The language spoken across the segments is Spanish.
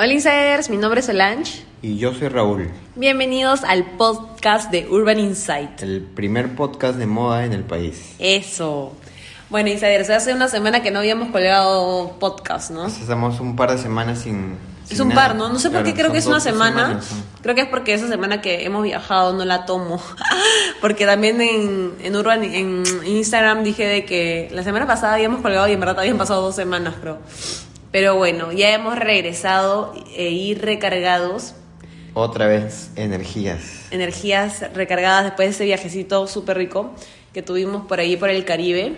Hola Insiders, mi nombre es Solange. Y yo soy Raúl, Bienvenidos al podcast de Urban Insight. el primer podcast de moda en el país. Eso. Bueno, Insiders, hace una semana que no habíamos colgado podcast, ¿no? Entonces, estamos un par de semanas sin... Es sin un nada. par, ¿no? No sé por Claro, qué creo son que es una dos semana. semanas, son- Creo que es porque esa semana que hemos viajado no la tomo. porque también en, en Urban, en Instagram dije de que la semana pasada habíamos colgado y en verdad habían pasado dos semanas, creo. Pero bueno, ya hemos regresado e ir recargados. Otra vez, energías. energías recargadas después de ese viajecito súper rico que tuvimos por ahí por el Caribe.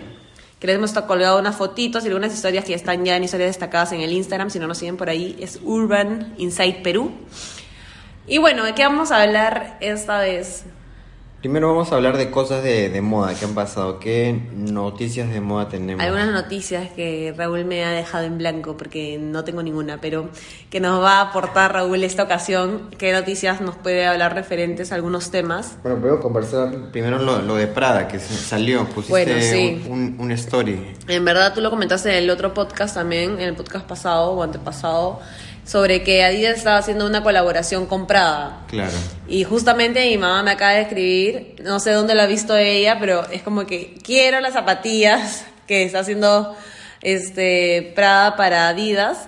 Que les hemos to- colgado unas fotitos y algunas historias que ya están ya en historias destacadas en el Instagram. Si no nos siguen por ahí, es Urban Insight Perú. Y bueno, ¿de qué vamos a hablar esta vez? Primero vamos a hablar de cosas de, de moda que han pasado. ¿Qué noticias de moda tenemos? Algunas noticias que Raúl me ha dejado en blanco porque no tengo ninguna, pero que nos va a aportar Raúl esta ocasión. ¿Qué noticias nos puede hablar referentes a algunos temas? Bueno, puedo conversar primero lo, lo de Prada, que se- salió. Pusiste Bueno, sí. un, un- un story. En verdad, tú lo comentaste en el otro podcast también, en el podcast pasado o antepasado, sobre que Adidas estaba haciendo una colaboración comprada. Claro. Y justamente mi mamá me acaba de escribir, no sé dónde lo ha visto ella, pero es como que quiero las zapatillas que está haciendo este Prada para Adidas.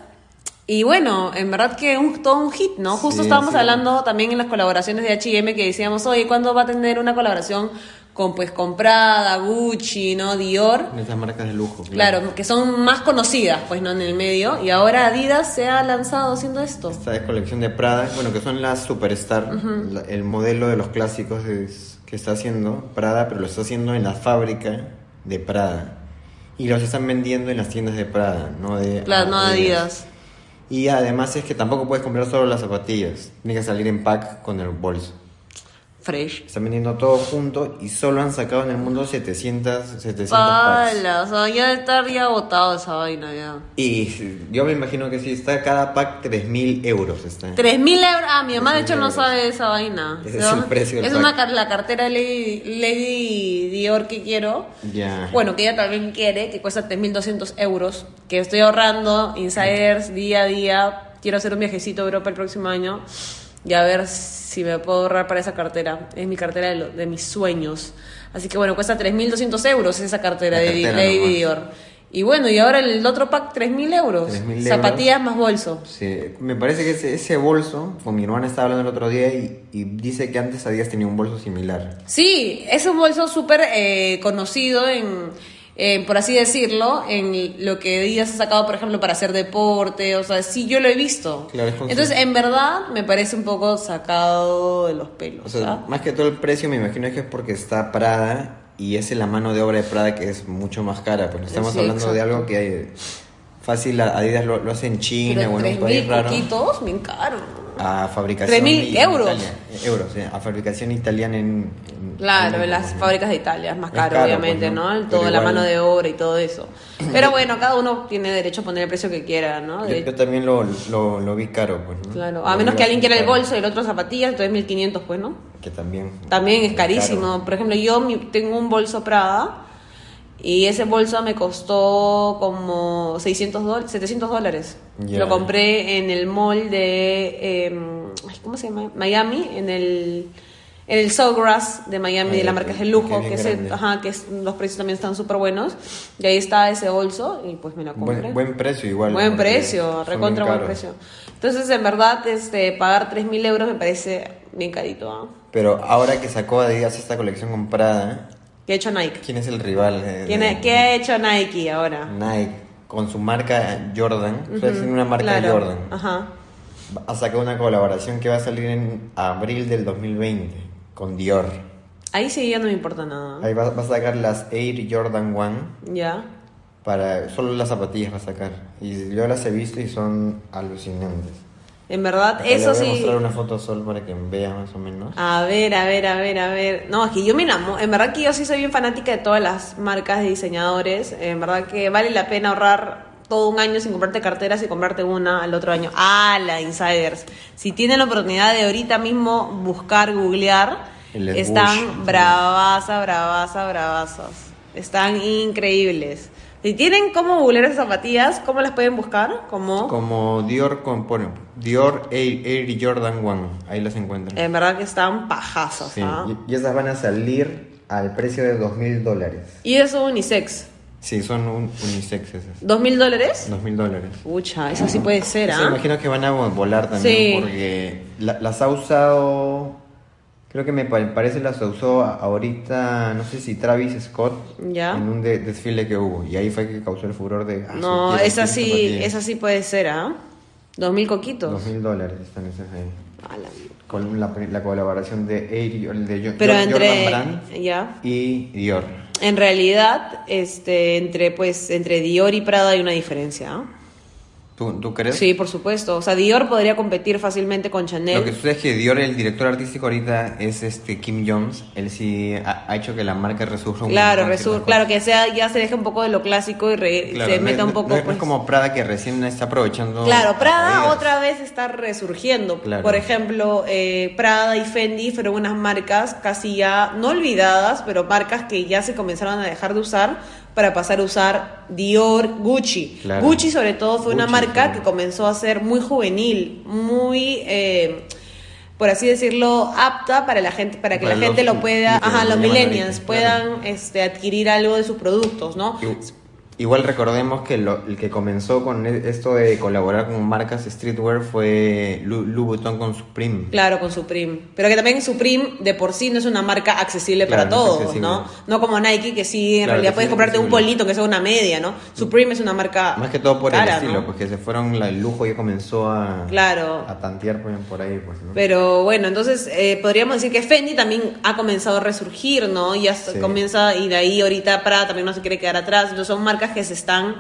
Y bueno, en verdad que un, todo un hit, ¿no? Justo Sí, estábamos sí. hablando también en las colaboraciones de H&M que decíamos, oye, ¿cuándo va a tener una colaboración con, pues, con Prada, Gucci, ¿no? Dior. Esas marcas de lujo. Claro, que son más conocidas, pues, ¿no? En el medio. Y ahora Adidas se ha lanzado haciendo esto. Esta es colección de Prada, bueno, que son las Superstar, la- el modelo de los clásicos es- que está haciendo Prada, pero lo está haciendo en la fábrica de Prada. Y los están vendiendo en las tiendas de Prada, no de Claro, no Adidas. Adidas. Y además es que tampoco puedes comprar solo las zapatillas, tienes que salir en pack con el bolso. Fresh. Están vendiendo todo junto y solo han sacado en el mundo 700, 700 packs. Pala, o sea, ya estaría agotado esa vaina ya. Y yo me imagino que sí, está cada pack 3.000 euros. Está. 3000 euros. Ah, mi mamá de hecho no 3.000 euros. sabe esa vaina. Ese Se es va- el precio del Es una pack. car- la cartera Lady, Lady Dior que quiero. Ya. Bueno, que ella también quiere, que cuesta 3.200 euros, que estoy ahorrando, insiders, día a día. Quiero hacer un viajecito a Europa el próximo año y a ver si me puedo ahorrar para esa cartera. Es mi cartera de, lo- de mis sueños. Así que bueno, cuesta 3.200 euros esa cartera La de cartera Lady nomás. Dior. Y bueno, y ahora el otro pack, 3.000 euros. 3.000 euros. Zapatillas más bolso. Sí, me parece que ese, ese bolso, con mi hermana estaba hablando el otro día y, y dice que antes Adidas tenía un bolso similar. Sí, es un bolso súper eh, conocido en, en, por así decirlo, en lo que Adidas ha sacado, por ejemplo, para hacer deporte, o sea, sí, yo lo he visto. Claro, es con su- Entonces, en verdad, me parece un poco sacado de los pelos, O sea, ¿ah? más que todo el precio me imagino que es porque está Prada y es la mano de obra de Prada que es mucho más cara, porque estamos Sí, hablando de exacto. algo que eh, fácil a- Adidas lo, lo hace en China Pero o en un país 3.000 raro. poquitos, bien caro. A fabricación 3.000 en euros. Italia. euros, eh, a fabricación italiana en... en- Claro, en- las fábricas de Italia es más Es caro, caro, obviamente, pues, ¿no? ¿no? Pero Todo la igual- mano de obra y todo eso. Pero bueno, cada uno tiene derecho a poner el precio que quiera, ¿no? Yo, De- yo también lo, lo, lo vi caro, pues, ¿no? claro, Lo a menos vi que alguien quiera el caro, bolso y el otro zapatillas, entonces 1.500, pues, ¿no? Que también... También es caro. carísimo. Por ejemplo, yo mi- tengo un bolso Prada y ese bolso me costó como 600 dólares, 700 dólares. Ya. Lo compré en el mall de, em, ay, ¿cómo se llama? Miami, en el, en el Sawgrass de Miami, Ah, de ya, la marca que- es el lujo, que que, bien ese- grande. ajá, que es- los precios también están súper buenos. Y ahí está ese bolso y pues me lo compré. Buen, buen precio igual. Buen porque precio, son recontra bien buen caros. precio. Entonces, en verdad, este, pagar 3.000 euros me parece bien carito. ¿ah? Pero ahora que sacó Adidas esta colección comprada, ¿Qué ha hecho Nike? ¿quién es el rival? de- ¿Quién es- de- ¿Qué ha hecho Nike ahora? Nike, con su marca Jordan. O sea, tiene una marca Claro, Ah. Jordan. Ajá. Ha sacado una colaboración que va a salir en abril del 2020 con Dior. Ahí sí ya no me importa nada. Ahí va, va a sacar las Air Jordan One. Ya. Para, solo las zapatillas va a sacar. Y yo las he visto y son alucinantes. En verdad, Acá le eso voy a sí. mostrar una foto sol para que vean más o menos. A ver, a ver, a ver, a ver. No, es que yo me enamoro. En verdad que yo sí soy bien fanática de todas las marcas de diseñadores. En verdad que vale la pena ahorrar todo un año sin comprarte carteras y comprarte una al otro año. Ah, la Insiders. Si tienen la oportunidad de ahorita mismo buscar, googlear, El Ed están Bush. bravasas, bravasas, bravasas. Están increíbles. Si tienen cómo googlear esas zapatillas, ¿cómo las pueden buscar? Como... Como Dior, con, bueno, Dior Air, Air Jordan 1. Ahí las encuentran. En verdad que están pajazos, Sí, ¿ah? y- y esas van a salir al precio de dos mil dólares. Y eso unisex. Sí, son un, unisex esas. ¿Dos mil dólares? Dos mil dólares. Pucha, eso sí puede ser, Sí, ¿ah? imagino que van a vo- volar también Sí. porque la- las ha usado, creo que me pa- parece las usó a- ahorita, no sé si Travis Scott Ya. en un de- desfile que hubo y ahí fue que causó el furor de... ah, No, sus pies, esa sus pies, sí, zapatillas. esa sí puede ser, ¿ah? Dos mil coquitos. Dos mil dólares están esas ahí. A la- Con la, pre- la colaboración de, Air, de Jo- Pero Jo- entre... Jordan Brand Ya. y Dior. En realidad, este, entre, pues, entre Dior y Prada hay una diferencia, ¿ah? ¿Tú, tú crees? Sí, por supuesto. O sea, Dior podría competir fácilmente con Chanel. Lo que sucede es que Dior, el director artístico ahorita, es este Kim Jones. Él sí ha, ha hecho que la marca resurja un Claro, montón de resur- ciertas claro, cosas. que sea, ya se deje un poco de lo clásico y re- Claro, se no meta es- un no- poco. no es pues- como Prada que recién está aprovechando. Claro, Prada Adidas. otra vez está resurgiendo. Claro. Por ejemplo, eh, Prada y Fendi fueron unas marcas casi ya, no olvidadas, pero marcas que ya se comenzaron a dejar de usar para pasar a usar Dior, Gucci. Claro. Gucci sobre todo fue una Gucci, marca sí. que comenzó a ser muy juvenil, muy... eh, por así decirlo, apta para la gente, para que Para la los- gente lo pueda, lo que ajá, los llaman millennials ahorita, claro. puedan este, adquirir algo de sus productos, ¿no? I- Igual recordemos que lo- el que comenzó con e- esto de colaborar con marcas streetwear fue Lu- Louboutin con Supreme. Claro, con Supreme. Pero que también Supreme de por sí no es una marca accesible para Claro, no es todos, accesible. ¿no? No como Nike, que sí, en Claro, realidad que puedes sí, comprarte un accesible. polito que sea una media, ¿no? Supreme es una marca. Más que todo por cara, el estilo, pues. ¿no? porque se fueron la- el lujo y comenzó a, Claro. a tantear por, por ahí. Pues, ¿no? Pero bueno, entonces eh, podríamos decir que Fendi también ha comenzado a resurgir, ¿no? Ya se- Sí. comienza, y de ahí ahorita Prada también no se quiere quedar atrás. Entonces son marcas que se están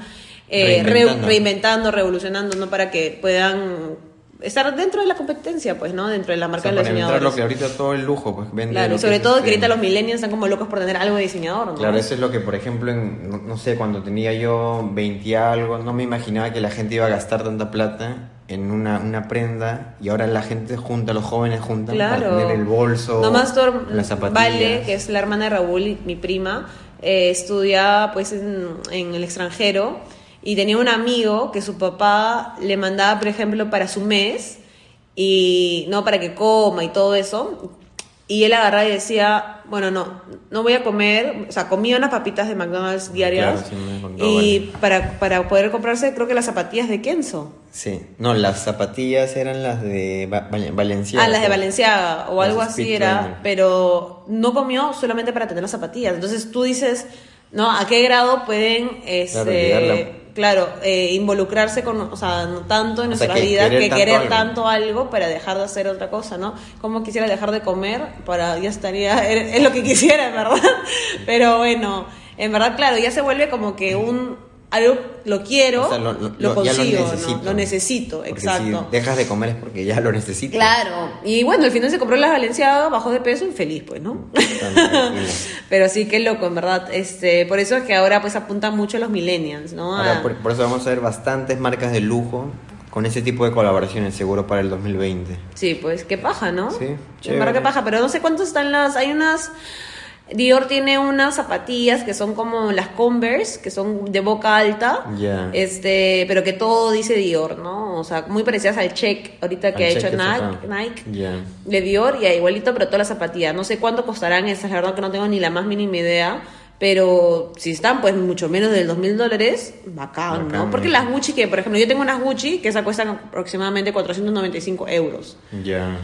eh, re- Reinventando. reinventando. revolucionando, ¿no? Para que puedan estar dentro de la competencia, pues, ¿no? Dentro de la O marca sea, de los para entrar diseñadores. lo que ahorita todo el lujo pues vende. Claro, lo y sobre es, todo que este, ahorita los millennials están como locos por tener algo de diseñador, ¿no? Claro, eso es lo que, por ejemplo, en, no, no sé, cuando tenía yo 20 y algo, no me imaginaba que la gente iba a gastar tanta plata en una, una prenda y ahora la gente junta, los jóvenes juntan Claro. para tener el bolso, Nomás Tor- las zapatillas. Vale, que es la hermana de Raúl, y mi prima, eh, estudia pues en, en el extranjero y tenía un amigo que su papá le mandaba, por ejemplo, para su mes y no para que coma y todo eso. Y él agarraba y decía, bueno, no, no voy a comer, o sea, comía unas papitas de McDonald's diarias Ah, Claro, sí me contó, y vale. para, para poder comprarse creo que las zapatillas de Kenzo. Sí, no, las zapatillas eran las de Va- pues. Val- Valenciaga. Ah, las de creo. Valenciaga o Las algo de así Speed era, Trainer. pero no comió solamente para tener las zapatillas. Entonces tú dices, ¿no? ¿A qué grado pueden, llegar este, claro, eh, involucrarse con, o sea, no tanto en O sea, nuestras que vidas querer que tanto querer algo. tanto algo para dejar de hacer otra cosa, ¿no? Como quisiera dejar de comer para, ya estaría, es lo que quisiera, en verdad. Pero bueno, en verdad, claro, ya se vuelve como que un... Algo lo quiero, O sea, lo, lo- lo ya consigo, ¿no? necesito. lo necesito, Porque exacto. Si dejas de comer es porque ya lo necesitas. Claro, y bueno, al final se compró las Valenciaga, bajó de peso, infeliz, pues, ¿no? Pero sí, qué loco, en verdad. Este, por eso es que ahora pues apuntan mucho a los millennials, ¿no? Ahora, A- por, por eso vamos a ver bastantes marcas de lujo con ese tipo de colaboraciones, seguro para el 2020. Sí, pues qué paja, ¿no? Sí, En verdad chévere. qué paja, pero no sé cuántas están las... Hay unas... Dior tiene unas zapatillas que son como las Converse, que son de boca alta, Ya. este, pero que todo dice Dior, ¿no? O sea, muy parecidas al check ahorita que Al ha hecho check que Nike, saca. Nike. Ya. de Dior y a igualito, pero todas las zapatillas. No sé cuánto costarán esas, la verdad que no tengo ni la más mínima idea. Pero si están, pues mucho menos del 2.000 dólares, bacán, ¿no? Bacán, Porque ¿no? las Gucci, que por ejemplo, yo tengo unas Gucci que esas cuestan aproximadamente 495 euros. Ya.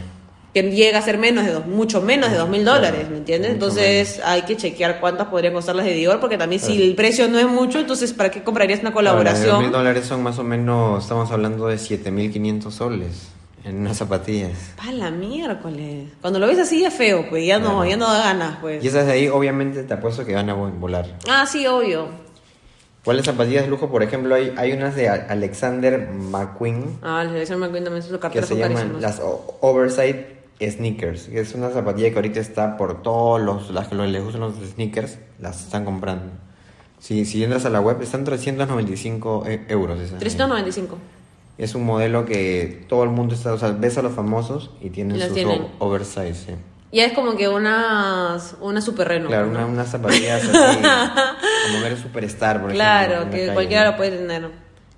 Que llega a ser menos de dos, mucho menos de 2.000 Claro, dólares, ¿me entiendes? mucho Entonces hay que chequear cuántas podrían costar las de Dior, porque también si el precio no es mucho, entonces ¿para qué comprarías una Ahora, mil colaboración? dólares son más o menos, estamos hablando de 7.500 soles en unas zapatillas. Pa' la miércoles. Cuando lo ves así es feo, pues ya no, Claro. ya no da ganas, pues. Y esas de ahí, obviamente, te apuesto que van a vo- volar. Ah, sí, obvio. ¿Cuáles zapatillas de lujo? Por ejemplo, hay, hay unas de A- Alexander McQueen Ah, la selección McQueen también sus que carteras se son llaman carísimas. las o- Oversight Sneakers. que Es una zapatilla que ahorita está por todos los, las que lo- les gustan los sneakers, las están comprando. Si, si entras a la web, están 395 e- euros. esas. 395. Es un modelo que todo el mundo está, o sea, ves a los famosos y tienen Las sus tienen. o- oversize, sí. Ya es como que unas, una superreno. Claro, ¿no? una- unas zapatillas así Como ver Superstar, por ejemplo, Claro, en la que calle, cualquiera ¿no? lo puede tener.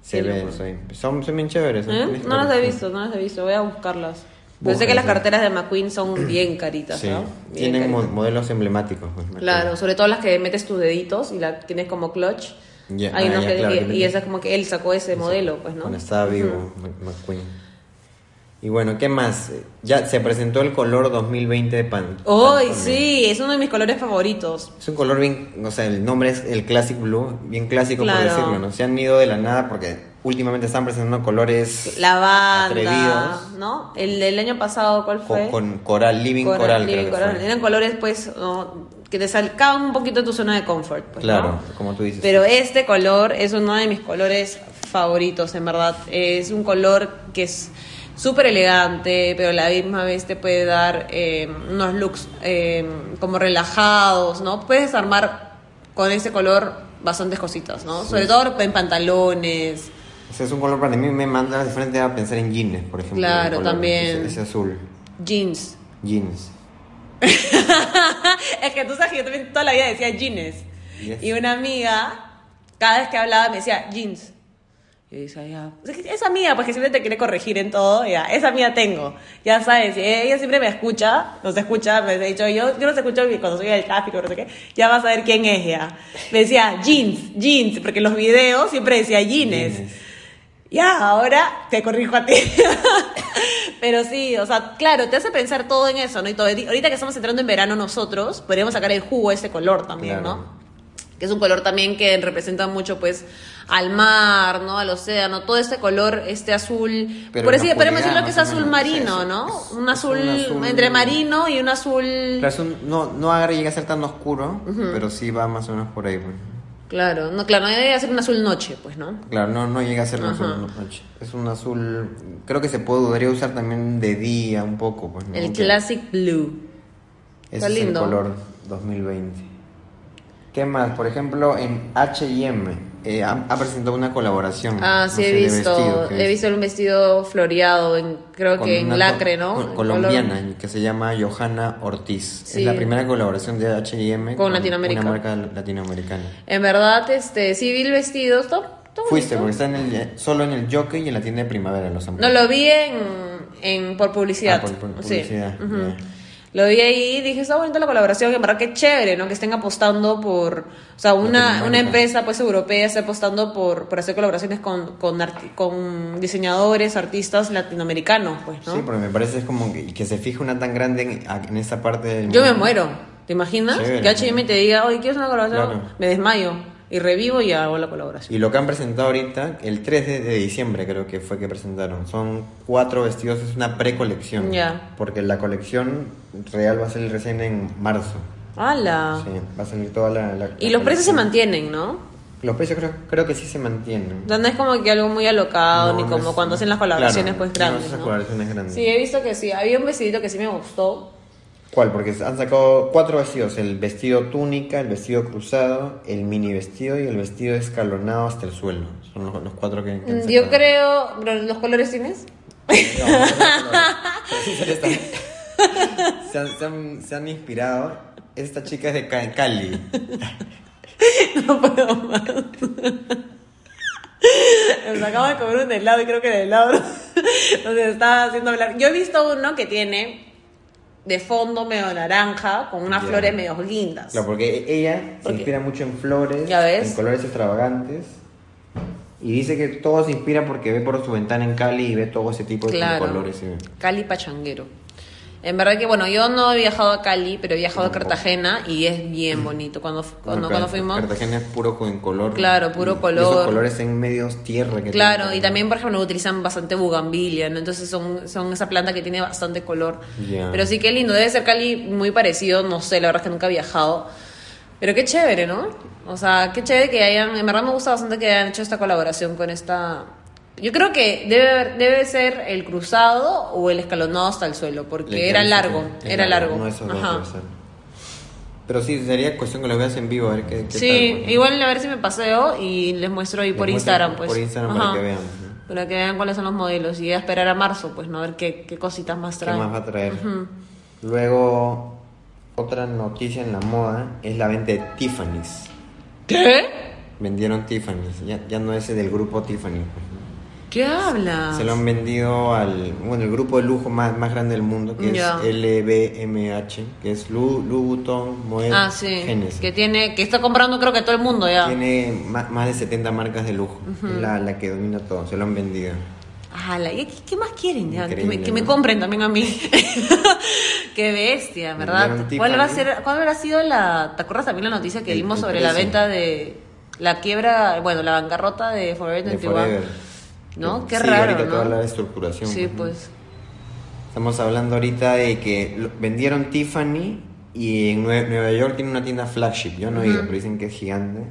Se Sí, ven, loco. son, son, son bien chéveres. son ¿Eh? bien No las he chéveres, sí. visto, no las he visto. Voy a buscarlas. Pero Búscalas, sé que las sí. carteras de McQueen son bien caritas, Sí. ¿no? Bien Tienen mo- caritas. modelos emblemáticos. pues, me Claro, acuerdo. sobre todo las que metes tus deditos y la tienes como clutch. Ya, Hay ah, unos ya, que, claro, que- que y le- esa es como que él sacó ese modelo, pues, ¿no? Cuando estaba vivo, Mc- McQueen. Y bueno, ¿qué más? Ya se presentó el color 2020 de Pan. ¡Ay, Pantone. sí! Es uno de mis colores favoritos. Es un color bien, o sea, el nombre es el Classic Blue, bien clásico Claro. por decirlo, ¿no? Se han ido de la nada porque últimamente están presentando colores Lavanda, Atrevidos. ¿no? El del año pasado, ¿cuál co- fue? con, coral, living coral, creo living que coral. fue. Eran colores, pues, ¿no? que te sacaban un poquito de tu zona de confort, pues, ¿no? Claro, como tú dices. Pero este color es uno de mis colores favoritos, en verdad. Es un color que es súper elegante, pero a la misma vez te puede dar eh, unos looks eh, como relajados, ¿no? Puedes armar con ese color bastantes cositas, ¿no? Sobre todo en pantalones. Ese es un color para mí me manda de frente a pensar en jeans, por ejemplo. Claro, el color, también. Mm. Ese, ese azul, Jeans. jeans. es que tú sabes que yo también toda la vida decía jeans. Yes. Y una amiga, cada vez que hablaba, me decía jeans. Y yo decía, ya. o sea, que Esa amiga, porque siempre te quiere corregir en todo, ya. Esa amiga tengo. Ya sabes, y ella siempre me escucha, nos escucha, me ha dicho, yo, yo los escucho cuando soy del tráfico, no sé qué. Ya vas a ver quién es ya. Me decía jeans, jeans, porque en los videos siempre decía jeans. Jeans. Ya, ahora te corrijo a ti. Pero sí, o sea, claro, te hace pensar todo en eso, ¿no? Y todo, ahorita que estamos entrando en verano nosotros, podríamos sacar el jugo a ese color también, Claro. ¿no? Que es un color también que representa mucho, pues, al mar, ¿no? Al océano, todo este color, este azul. Pero por en así, la podemos decirlo oscuridad, que es más o azul menos, marino, sí, ¿no? es- un, es azul un azul- entre marino y un azul. Claro, es un- no, no agarra y llega a ser tan oscuro, pero sí va más o menos por ahí. pues. Claro, no, claro, no debe ser un azul noche, pues, ¿no? Claro, no, no llega a ser un azul Ajá. noche. Es un azul, creo que se puede, podría usar también de día un poco. Pues, ¿no? El Que Classic Blue. ese está es lindo. el color 2020. ¿Qué más? Por ejemplo, en H&M eh, ha, ha presentado una colaboración. Ah, Mm, no sí, sé, he de visto. vestido, que he es visto un vestido floreado, en, creo con que en una lacre, co- ¿no? col- El colombiana, color- que se llama Johanna Ortiz. Sí. Es la primera colaboración de H&M Con Latinoamérica. una marca latinoamericana. En verdad, este, sí vi el vestido. Está, está Fuiste, porque bonito. está en el, solo en el Jockey y en la tienda de primavera en Los Ángeles. No, lo vi en, en- por publicidad. Ah, por- por Sí. publicidad, Ujú. ya. Lo vi ahí y dije, está bonita la colaboración, en verdad que chévere, ¿no? Que estén apostando por, o sea, una, Latinoamérica. una empresa pues europea esté apostando por, por hacer colaboraciones con, con, arti- con diseñadores, artistas latinoamericanos, pues, ¿no? Sí, porque me parece es como que, que se fije una tan grande en, a- en esa parte del Yo me mundo. muero. ¿Te imaginas? Chévere. que H&M te diga, oye, ¿quieres una colaboración? Claro. Me desmayo y revivo y hago la colaboración. Y lo que han presentado ahorita, el 3 de, de diciembre creo que fue que presentaron, son cuatro vestidos, es una precolección. Ya. Porque la colección real va a salir recién en marzo. ¡Hala! Sí, va a salir toda la... la- Ah. Y la los precios se colección. mantienen, ¿no? Los precios creo, creo que sí se mantienen. O sea, no es como que algo muy alocado, No, Ah, ni no como es- cuando hacen las colaboraciones claro, pues No, grandes, esas ¿no? colaboraciones grandes. Sí, he visto que sí. Había un vestidito que sí me gustó. ¿Cuál? Porque han sacado cuatro vestidos: el vestido túnica, el vestido cruzado, el mini vestido y el vestido escalonado hasta el suelo. Son los, los cuatro que. que han Yo sacado. creo... ¿pero ¿Los colores tienes? No, no, no, no. se, han, se han- se han inspirado. Esta chica es de Ca- Cali. No puedo más. Nos acabo de comer un helado y creo que el helado nos está haciendo hablar. Yo he visto uno que tiene de fondo medio naranja con unas Ya. flores medio guindas. Claro, porque ella se Porque- inspira mucho en flores, Ya ves. en colores extravagantes. Y dice que todo se inspira porque ve por su ventana en Cali y ve todo ese tipo de Claro. colores. sí. Cali Pachanguero. En verdad que, bueno, yo no he viajado a Cali, pero he viajado a Tampoco. Cartagena y es bien bonito. Cuando, fu- cuando, No, cuando Car- fuimos... Cartagena es puro co- en color. Claro, puro Y- y color. esos colores en medios tierra. Que Claro, tienen. y también, por ejemplo, utilizan bastante bugambilia, ¿no? Entonces son, son esa planta que tiene bastante color. Ya. Pero sí que lindo, debe ser Cali muy parecido, no sé, la verdad es que nunca he viajado. Pero qué chévere, ¿no? O sea, qué chévere que hayan, en verdad me gusta bastante que hayan hecho esta colaboración con esta... Yo creo que debe, haber- debe ser el cruzado o el escalonado hasta el suelo, porque Le era quedan- largo, es era largo. No, esos dos Ajá. debe ser. Pero sí, sería cuestión que los veas en vivo, a ver qué, qué Sí, tal, pues, ¿no? igual a ver si me paseo y les muestro ahí Les por muestro Instagram, por pues. Instagram para que vean, ¿no? Para que vean cuáles son los modelos y a esperar a marzo, pues, ¿no? A ver qué, qué cositas más ¿Qué traen. más va a traer? Luego, otra noticia en la moda es la venta de Tiffany's. ¿Qué? Vendieron Tiffany's, ya, ya no es del grupo Tiffany. pues, ¿no? ¿Qué hablas? Se lo han vendido al bueno, el grupo de lujo más, más grande del mundo, que Ya. es LVMH, que es Lu- Louboutin, Moet, Ah, sí. Genesis. Que tiene, que está comprando creo que todo el mundo ya. Tiene ma- más de 70 marcas de lujo, es la, la que domina todo, se lo han vendido. Ala, ¿y qué, qué más quieren ya? Que Increíble, me, que me ¿no? compren también a mí. qué bestia, ¿verdad? Vendieron ¿Cuál, va a Tiffany. ser, ¿Cuál habrá sido la... ¿Te acuerdas también la noticia que El- vimos el sobre la precio. venta de... La quiebra, bueno, la bancarrota de Forever De 21. Forever. ¿No? Qué Sí, raro, ahorita ¿no? toda la reestructuración. Sí, ¿no? pues. Estamos hablando ahorita de que lo- vendieron Tiffany y en Nue- Nueva York tiene una tienda flagship, yo no he ido, pero dicen que es gigante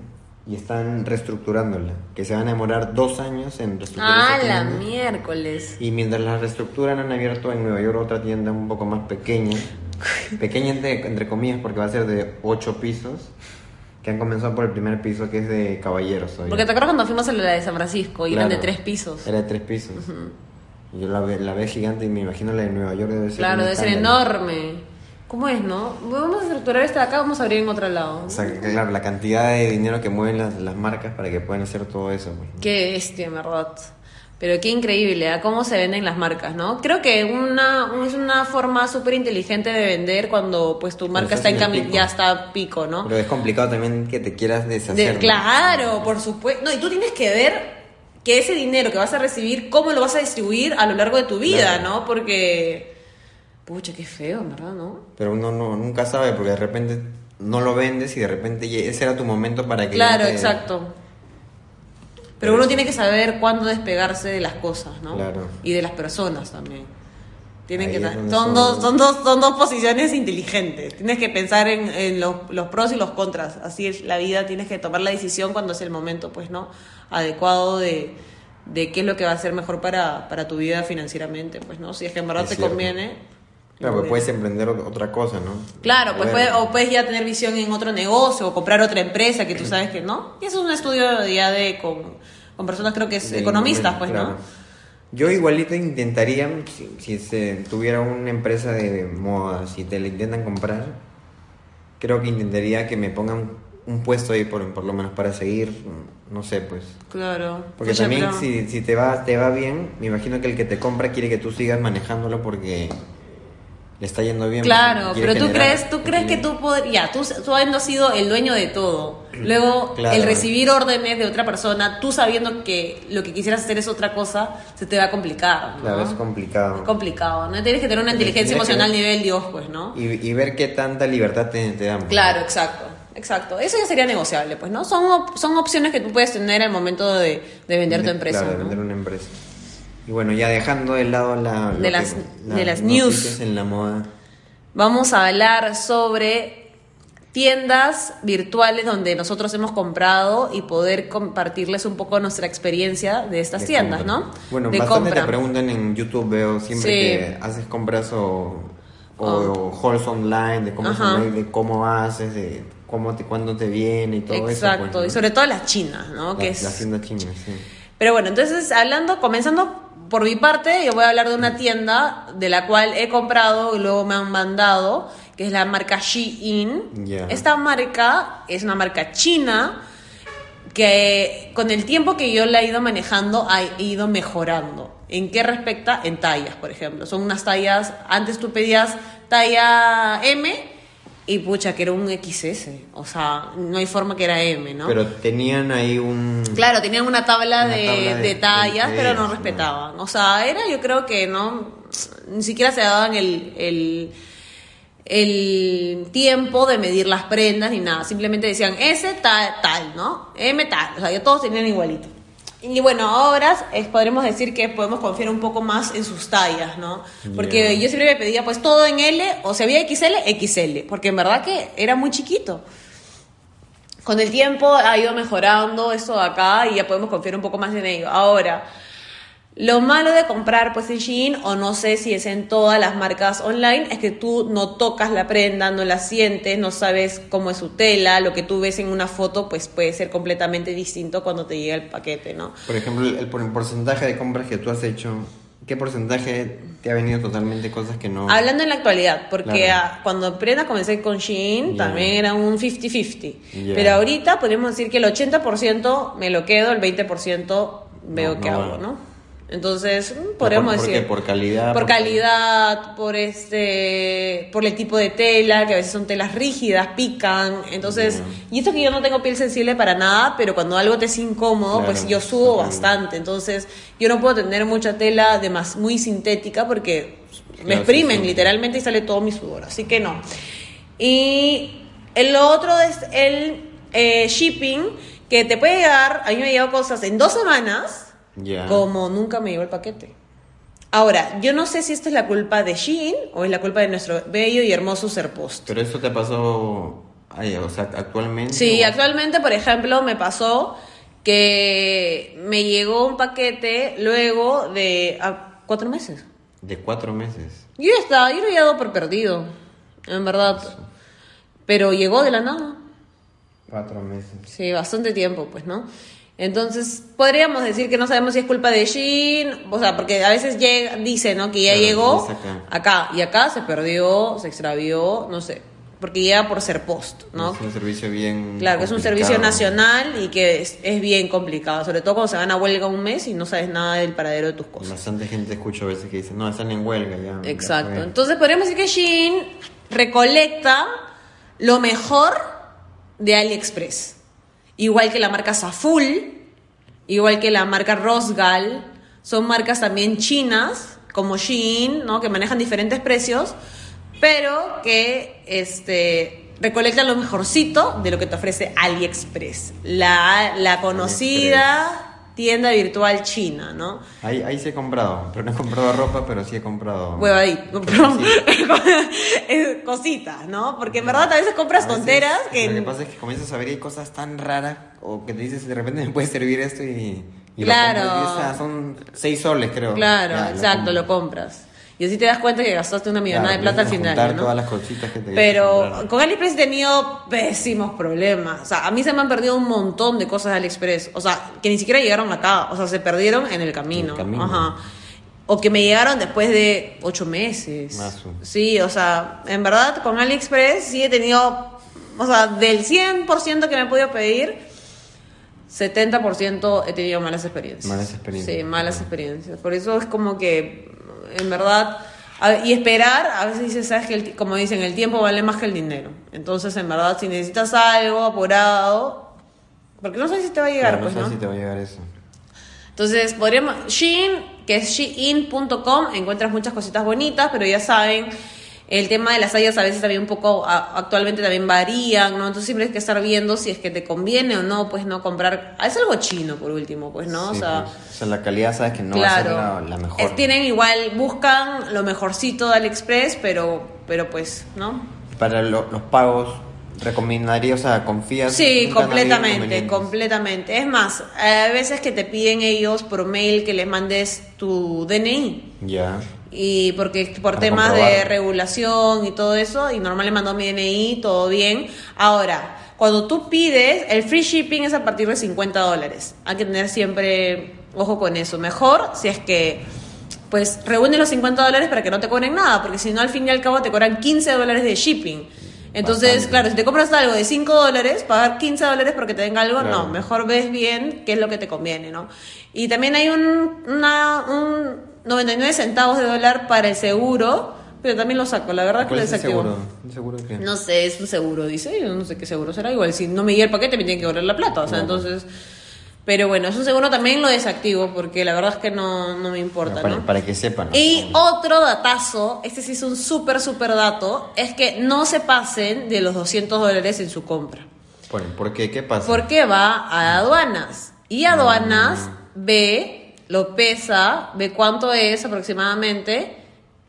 y están reestructurándola, que se van a demorar dos años en reestructurar. Ah, esa la tienda. miércoles. Y mientras la reestructuran han abierto en Nueva York otra tienda un poco más pequeña, pequeña entre, entre comillas porque va a ser de ocho pisos, que han comenzado por el primer piso que es de caballeros. hoy. Porque te acuerdas cuando fuimos a la de San Francisco y eran de Claro. tres pisos. Era de tres pisos. Yo la ve, la ve gigante y me imagino la de Nueva York debe ser. Claro, un debe ser escándalo. enorme. ¿Cómo es, no? Vamos a estructurar esta de acá, vamos a abrir en otro lado. O sea, que, claro, la cantidad de dinero que mueven las, las marcas para que puedan hacer todo eso. pues. Qué bestia, en verdad. Pero qué increíble, ¿ah? Cómo se venden las marcas, ¿no? Creo que una, un- es una forma súper inteligente de vender cuando pues tu marca estás está en en el cami- pico. ya está pico, ¿no? Pero es complicado también que te quieras De- deshacer. ¿no? claro, por supuesto. No, y tú tienes que ver que ese dinero que vas a recibir, cómo lo vas a distribuir a lo largo de tu vida, Claro. ¿no? Porque, pucha, qué feo, en ¿verdad? ¿No? Pero uno no, nunca sabe porque de repente no lo vendes y de repente ye- ese era tu momento para que. Claro, te- exacto. Pero uno tiene que saber cuándo despegarse de las cosas, ¿no? Claro. Y de las personas también. Tienen Ahí que es sa- son, donde son- dos, son, dos, son dos posiciones inteligentes. Tienes que pensar en, en los, los pros y los contras. Así es la vida, tienes que tomar la decisión cuando es el momento, pues, ¿no? Adecuado de, de qué es lo que va a ser mejor para, para tu vida financieramente, pues, ¿no? Si es que en verdad Es te cierto. conviene. eh, Claro, muy bien. porque puedes emprender o- otra cosa, ¿no? Claro, pues Bueno, puede- o puedes ya tener visión en otro negocio o comprar otra empresa que tú sabes que no. Y eso es un estudio ya de con, con personas creo que es del economistas, momento, pues, claro. ¿no? Yo igualito intentaría, si, si se tuviera una empresa de moda, si te la intentan comprar, creo que intentaría que me pongan un puesto ahí por, por lo menos para seguir, no sé, pues. Claro. Porque Pucha, también pero- si, si te va te va bien, me imagino que el que te compra quiere que tú sigas manejándolo porque le está yendo bien. Claro, quiere pero tú generar- crees, tú crees que tú podrías, ya, tú, tú habiendo sido el dueño de todo, luego Claro. el recibir órdenes de otra persona, tú sabiendo que lo que quisieras hacer es otra cosa, se te va a complicar. ¿no? Claro, es complicado. Es complicado, ¿no? Tienes que tener una Sí, inteligencia tienes que emocional ver- nivel Dios, pues, ¿no? Y, y ver qué tanta libertad te, te dan. Claro, exacto, exacto. Eso ya sería negociable, pues, ¿no? Son, op- son opciones que tú puedes tener al momento de, de vender tu De- empresa. Claro, de ¿no? vender una empresa. Y bueno, ya dejando de lado la, lo De las- de las noticias news. en la moda. Vamos a hablar sobre tiendas virtuales donde nosotros hemos comprado y poder compartirles un poco nuestra experiencia de estas de tiendas, compra. ¿no? Bueno, de bastante compra. te preguntan en YouTube, veo siempre Sí. que haces compras o, o, Oh. o hauls online, de compras Ajá. online, de cómo haces, de cómo te, cuándo te viene y todo eso. Exacto, pues, ¿no? y sobre todo las chinas, ¿no? que La- es... la tienda china, sí. Pero bueno, entonces hablando, comenzando por mi parte, yo voy a hablar de una tienda de la cual he comprado y luego me han mandado, que es la marca Shein. Ya. Esta marca es una marca china que con el tiempo que yo la he ido manejando ha ido mejorando. ¿En qué respecta? En tallas, por ejemplo. Son unas tallas, antes tú pedías talla M y pucha, que era un XS. O sea, no hay forma que era M, ¿no? Pero tenían ahí un... Claro, tenían una tabla, Una de, tabla de- de tallas, de- de pero no ellas, ¿no? respetaban. O sea, era, yo creo que no, ni siquiera se daban el, el, el tiempo de medir las prendas ni nada. Simplemente decían S tal, tal, ¿no? M tal. O sea, ya todos tenían igualito. Y bueno, ahora es- podremos decir que podemos confiar un poco más en sus tallas, ¿no? Porque Ya. yo siempre me pedía pues todo en L, o si había XL, XL, porque en verdad que era muy chiquito con el tiempo ha ido mejorando eso de acá y ya podemos confiar un poco más en ello. Ahora, lo malo de comprar pues en Shein o no sé si es en todas las marcas online es que tú no tocas la prenda, no la sientes, no sabes cómo es su tela, lo que tú ves en una foto pues puede ser completamente distinto cuando te llega el paquete, ¿no? Por ejemplo, el, por- el porcentaje de compras que tú has hecho, ¿Qué porcentaje te ha venido totalmente cosas que no... Hablando en la actualidad, porque Claro. ah, cuando apenas comencé con Shein Ya. también era un 50-50. Ya. Pero ahorita podemos decir que el 80% me lo quedo, el 20% veo No, que no hago, va. ¿no? Entonces, mm, ¿Por- podríamos por qué? decir. ¿Por calidad? Por calidad, por este, por el tipo de tela, que a veces son telas rígidas, pican. Entonces, Ya. y esto que yo no tengo piel sensible para nada, pero cuando algo te es incómodo, Claro, pues yo subo totalmente. bastante. Entonces, yo no puedo tener mucha tela de más, muy sintética porque me Claro, exprimen sí, sí. literalmente y sale todo mi sudor. Así que no. Y el otro es el eh, shipping, que te puede llegar, a mí me ha llegado cosas en dos semanas, Ya. como nunca me llegó el paquete. Ahora, yo no sé si esto es la culpa de Shein o es la culpa de nuestro bello y hermoso Serpost. Pero eso te pasó, ay, o sea, actualmente. Sí, o- actualmente, por ejemplo, me pasó que me llegó un paquete luego de ah, cuatro meses. De cuatro meses. Yo ya estaba, yo lo había dado por perdido, en verdad. Pero llegó de la nada. Cuatro meses. Sí, bastante tiempo, pues, ¿no? Entonces, podríamos decir que no sabemos si es culpa de Shein, o sea, porque a veces llega, dice, ¿no? Que ya Claro, llegó dice acá. acá. y acá se perdió, se extravió, no sé, porque llega por ser post, ¿no? Es un servicio bien. Claro, que es un servicio complicado. nacional y que es, es bien complicado, sobre todo cuando se van a huelga un mes y no sabes nada del paradero de tus cosas. Bastante gente escucho a veces que dice, no, están en huelga ya. ya Exacto. fue". Entonces podríamos decir que Shein recolecta lo mejor de AliExpress. Igual que la marca Saful, igual que la marca Rosgal, son marcas también chinas, como Shein, ¿no? que manejan diferentes precios, pero que este, recolectan lo mejorcito de lo que te ofrece AliExpress, la, la conocida tienda virtual china, ¿no? Ahí, ahí sí he comprado, pero no he comprado ropa, pero sí he comprado. huevadito, Pero sí. cositas, ¿no? Porque en verdad a veces compras A veces, tonteras que... Lo que pasa es que comienzas a ver y hay cosas tan raras o que te dices, de repente me puede servir esto y. y lo Claro. compras y dices, "Ah, son seis soles, creo. Claro, Ya, exacto, compro. lo compras. Y así te das cuenta que gastaste una millonada Claro, de plata al empiezas a final, juntar ¿no? todas las cositas que te Pero compraron. con AliExpress he tenido pésimos problemas. O sea, a mí se me han perdido un montón de cosas de AliExpress. O sea, que ni siquiera llegaron acá. O sea, se perdieron en el camino. En el camino. Ajá. O que me llegaron después de ocho meses. Mazo. Sí, o sea, en verdad con AliExpress sí he tenido, o sea, del 100% que me he podido pedir, 70% he tenido malas experiencias. Malas experiencias. Sí, malas experiencias. Por eso es como que, en verdad, a- y esperar, a veces dices, sabes que, el ti- como dicen, el tiempo vale más que el dinero. Entonces, en verdad, si necesitas algo apurado, porque no sabes si te va a llegar, Claro, pues, no ¿no? sé si te va a llegar eso. Entonces, podríamos. Shein, que es shein.com, encuentras muchas cositas bonitas, pero ya saben, el tema de las tallas a veces también un poco, a- actualmente también varían, ¿no? Entonces, siempre hay que estar viendo si es que te conviene o no, pues no comprar. Es algo chino, por último, pues, ¿no? o Sí, sea. pues, o sea, la calidad sabes que no va a Claro, ser la, la mejor. Es- tienen igual, buscan lo mejorcito de AliExpress, pero, pero pues, ¿no? Para lo- los pagos, recomendaría, o sea, confías. Sí, nunca nadie completamente, inconvenientes. completamente. Es más, a veces que te piden ellos por mail que les mandes tu DNI. Ya. y porque por Para temas de comprobar. regulación y todo eso, y normal le mandó mi DNI, todo bien. Ahora, cuando tú pides, el free shipping es a partir de 50 dólares. Hay que tener siempre ojo con eso. Mejor si es que, pues, reúne los 50 dólares para que no te cobren nada, porque si no, al fin y al cabo te cobran 15 dólares de shipping. Entonces, Bastante. claro, si te compras algo de 5 dólares, pagar 15 dólares porque te den algo, Claro. no, mejor ves bien qué es lo que te conviene, ¿no? Y también hay un, una- un 99 centavos de dólar para el seguro, pero también lo saco, la verdad que ¿Cuál lo es el desactivo. seguro? ¿Un seguro de qué? No sé, es un seguro, dice, yo no sé qué seguro será, igual si no me llega el paquete me tienen que cobrar la plata, o sea, Claro. entonces... Pero bueno, es un seguro también lo desactivo porque la verdad es que no, no me importa, para, ¿no? para que sepan. ¿no? Y otro datazo, este sí es un súper, súper dato, es que no se pasen de los 200 dólares en su compra. Bueno, ¿por qué? ¿Qué pasa? Porque va a aduanas. Y aduanas ve, lo pesa, ve cuánto es aproximadamente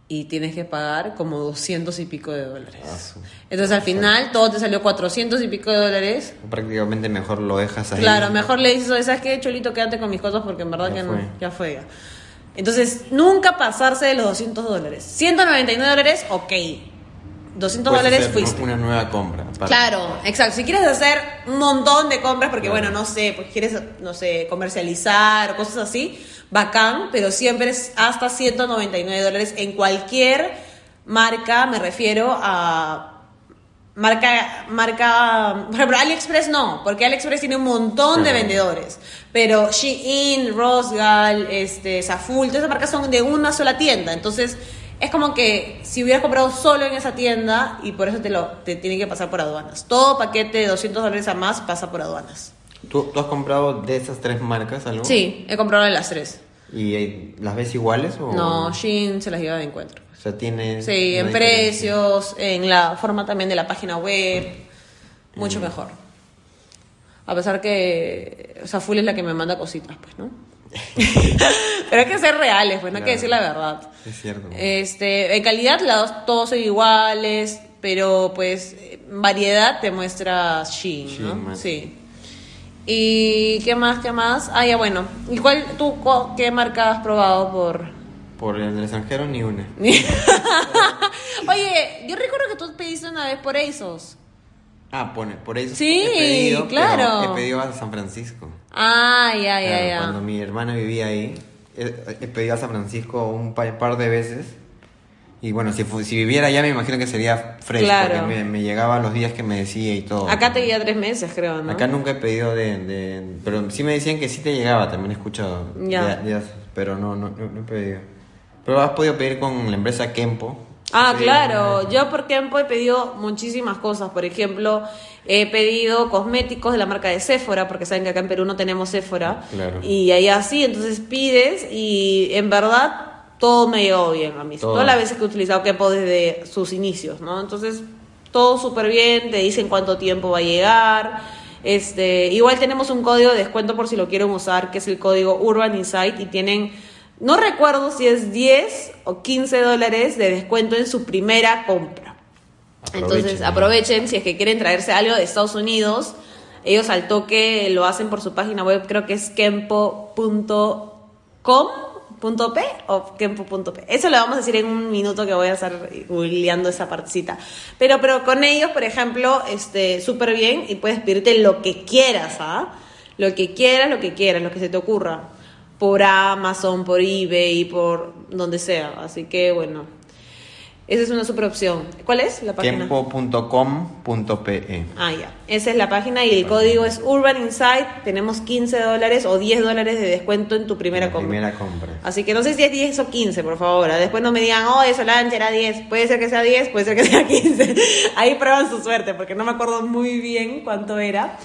y tienes que pagar como 200 y pico de Ah, dólares. su- Entonces al final todo te salió 400 y pico de dólares. Prácticamente mejor lo dejas ahí. Claro, mejor le dices, "Oye, ¿sabes qué, Cholito? Quédate con mis cosas porque en verdad Ya que fue. no, ya fue. ya". Entonces, nunca pasarse de los 200 dólares. 199 dólares, ok. 200 Puedes dólares hacer fuiste. Una nueva compra. aparte. Claro, exacto. Si quieres hacer un montón de compras, porque bueno, no sé, porque quieres, no sé, comercializar o cosas así, bacán, pero siempre es hasta 199 dólares en cualquier marca, me refiero a marca, marca, por ejemplo, AliExpress no, porque AliExpress tiene un montón de Claro. vendedores, pero Shein, Rosgal, este, Saful, todas esas marcas son de una sola tienda, entonces es como que si hubieras comprado solo en esa tienda y por eso te lo te tienen que pasar por aduanas. Todo paquete de 200 dólares a más pasa por aduanas. ¿Tú, tú has comprado de esas tres marcas algo? Sí, he comprado las tres. ¿Y eh, las ves iguales o...? No, Shein se las lleva de encuentro. O sea, tiene... Sí, en una diferencia. precios, en la forma también de la página web, mucho Mm. mejor. A pesar que, o sea, Full es la que me manda cositas, pues, ¿no? Pero hay que ser reales, pues, no hay que Claro. decir la verdad. Es cierto. Este, en calidad las dos, todos son iguales, pero pues eh, variedad te muestra Shein, Shein, ¿no? más. sí. ¿Y qué más, qué más? Ah, ya bueno. ¿Y cuál, tú, cu- qué marca has probado por...? Por el extranjero ni una. Oye, yo recuerdo que tú pediste una vez por ASOS. Ah, pone, por eso Sí, he pedido, claro. pero He pedido a San Francisco. Ah, ya, ya, Claro, ya. Cuando mi hermana vivía ahí, he, he pedido a San Francisco un pa- par, de veces. Y bueno, si, fu- si viviera allá me imagino que sería fresh, Claro. porque me, me llegaba los días que me decía y todo. Acá te guía tres meses, creo, ¿no? Acá nunca he pedido de, de- Pero sí me decían que sí te llegaba, también he escuchado. Ya. de- de esos, pero no, no, no, no he pedido. Pero has podido pedir con la empresa Kempo. Ah, Sí, claro. una- Yo por tiempo he pedido muchísimas cosas. Por ejemplo, he pedido cosméticos de la marca de Sephora, porque saben que acá en Perú no tenemos Sephora. Claro. Y allá sí, entonces pides y en verdad todo me llegó bien a mí. Todo. Todas las veces que he utilizado Kepo desde sus inicios, ¿no? Entonces, todo súper bien, te dicen cuánto tiempo va a llegar. Este, igual tenemos un código de descuento por si lo quieren usar, que es el código Urban Insight y tienen, no recuerdo si es 10 o 15 dólares de descuento en su primera compra. Entonces Aprovechen. aprovechen, si es que quieren traerse algo de Estados Unidos, ellos al toque lo hacen por su página web, creo que es kempo.com.p o kempo.p. Eso lo vamos a decir en un minuto que voy a estar googleando esa partecita. Pero, pero con ellos, por ejemplo, este, súper bien y puedes pedirte lo que quieras, ¿ah? Lo que quieras, lo que quieras, lo que se te ocurra. Por Amazon, por eBay, por donde sea. Así que bueno. Esa es una super opción. ¿Cuál es la página? Kempo.com.pe. Ah, ya. Esa es la página y el código es Urban Insight. Tenemos 15 dólares o 10 dólares de descuento en tu primera La compra. Primera compra. Así que no sé si es 10 o 15, por favor. Después no me digan, oh, eso Solange era 10. Puede ser que sea 10, puede ser que sea 15. Ahí prueban su suerte, porque no me acuerdo muy bien cuánto era.